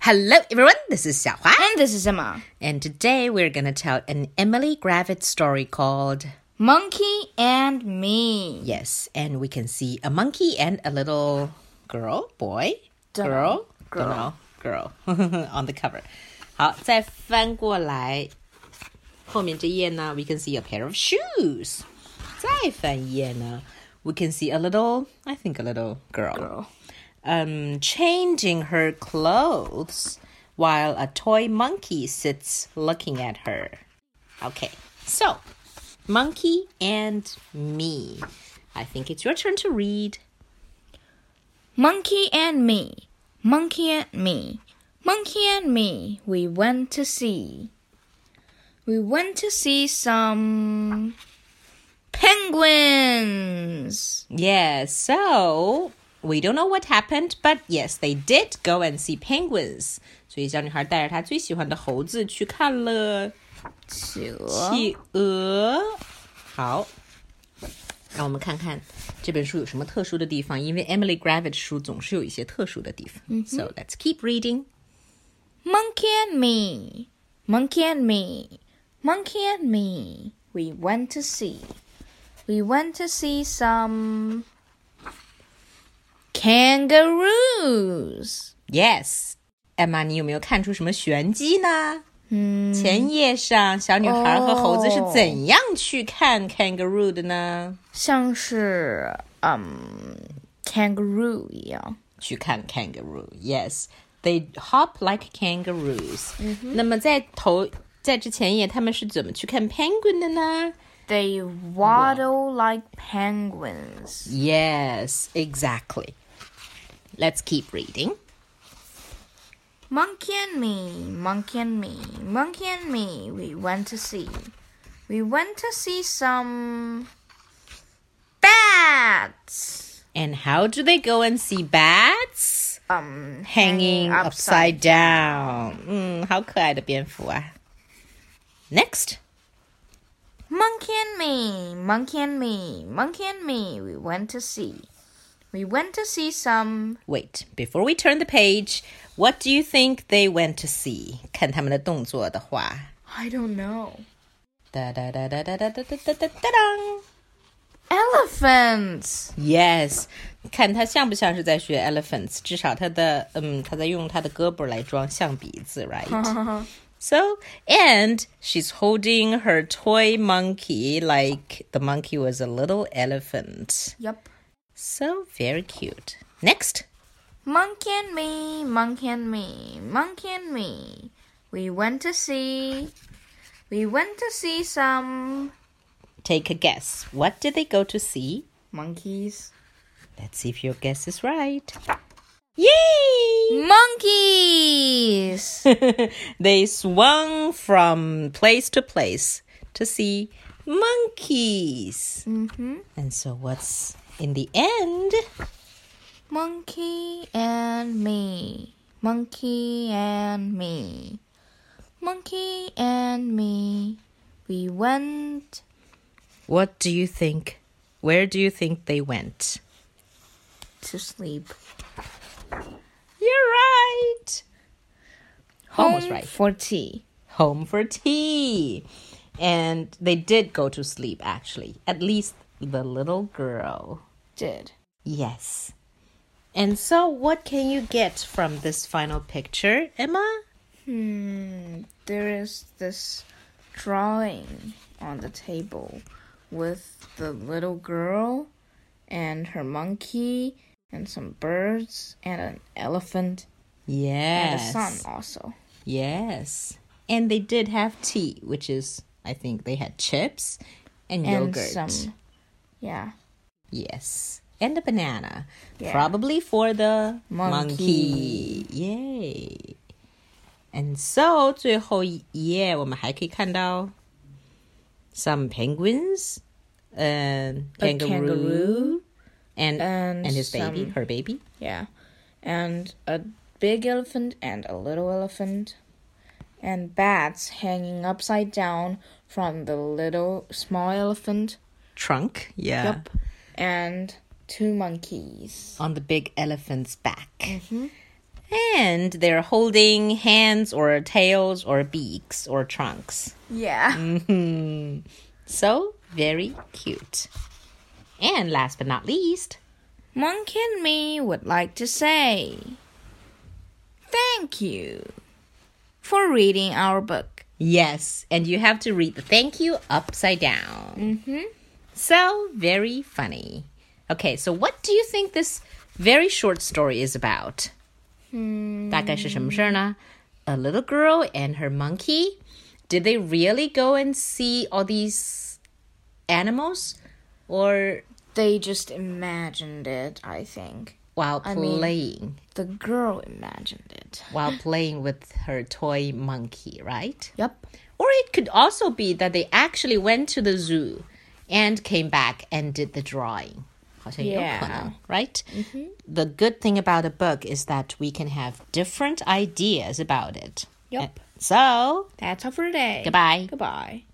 Hello, everyone. This is Xiaohua, And this is Emma. and today we're gonna tell an Emily Gravett story called Monkey and me. "Yes." And we can see a monkey and a little girl, boy, Dunno. girl, girl, girl, on the cover. 好，再翻过来后面这页呢，we can see a pair of shoes. 再翻页呢，we can see a little, I think a little girl. um, changing her clothes while a toy monkey sits looking at her. Okay, so monkey and me. I think it's your turn to read. Monkey and me. Monkey and me. Monkey and me. We went to see. We went to see some penguins. Yeah, so we don't know what happened, but yes, they did go and see penguins. 所以小女孩带着她最喜欢的猴子去看了企鹅。好，让我们看看这本书有什么特殊的地方，因为 Emily Gravett 书总是有一些特殊的地方。So let's keep reading. Monkey and me. Monkey and me. Monkey and me. We went to see. We went to see some kangaroos. Yes. Emma，你有没有看出什么玄机呢？嗯，前页上小女孩和猴子是哦怎样去看 kangaroo 的呢？像是嗯 kangaroo 一样。去看 kangaroo. Yes, they hop like kangaroos. 那么在头在之前页，他们是怎么去看 penguin 的呢 They waddle like penguins. ？Yes, exactly. Let's keep reading. Monkey and me, monkey and me, monkey and me, we went to see. We went to see some bats. And how do they go and see bats? Um, Hanging upside down. 嗯，好可爱的蝙蝠啊。Next. Monkey and me, monkey and me, monkey and me, we went to see. We went to see some Wait, before we turn the page, what do you think they went to see? 看他们的动作的话， I don't know. 哒哒哒哒哒哒哒哒哒哒哒当。 Elephants. Yes，看他像不像是在学 elephants？至少他的嗯，他在用他的胳膊来装象鼻子，right？So, and she's holding her toy monkey like the monkey was a little elephant. Yep. So very cute. Next. Monkey and me, monkey and me, monkey and me. We went to see. We went to see some Take a guess. What did they go to see? monkeys. Let's see if your guess is right. Yay! Monkeys. they swung from place to place to see monkeys. hmm And so, what's in the end? Monkey and me. Monkey and me. Monkey and me. We went What do you think? Where do you think they went? to sleep. You're right. Almost Home right. for tea. Home for tea. And they did go to sleep, actually. At least the little girl. Did. Yes. And so, what can you get from this final picture, Emma? Hmm, there is this drawing on the table with the little girl and her monkey and some birds and an elephant Yes. and a sun also. Yes. And they did have tea, which is, I think they had chips and, And yogurt. some yeah. Yes. And a banana. Yeah. Probably for the monkey. Monkey. Yay. And so, 最后一页我们还可以看到 some penguins, um, A kangaroo, kangaroo, and, and his baby, some- her baby. Yeah. And a big elephant and a little elephant and bats hanging upside down from the little small elephant. Trunk, yeah. Yep. And two monkeys. on the big elephant's back. And they're holding hands or tails or beaks or trunks. Yeah. Mhm. so very cute. And last but not least, Monk and me would like to say thank you for reading our book. yes, and you have to read the thank you upside down. Mm-hmm. So very funny. Okay, so what do you think this very short story is about? Hmm. 大概是什么事儿呢? A little girl and her monkey. Did they really go and see all these animals? Or They just imagined it, I think. while mean- playing? The girl imagined it. while playing with her toy monkey, right? Yep. Or it could also be that they actually went to the zoo and came back and did the drawing. 好像有可能, Right? The good thing about a book is that we can have different ideas about it. Yup. So, That's all for today. goodbye. Goodbye.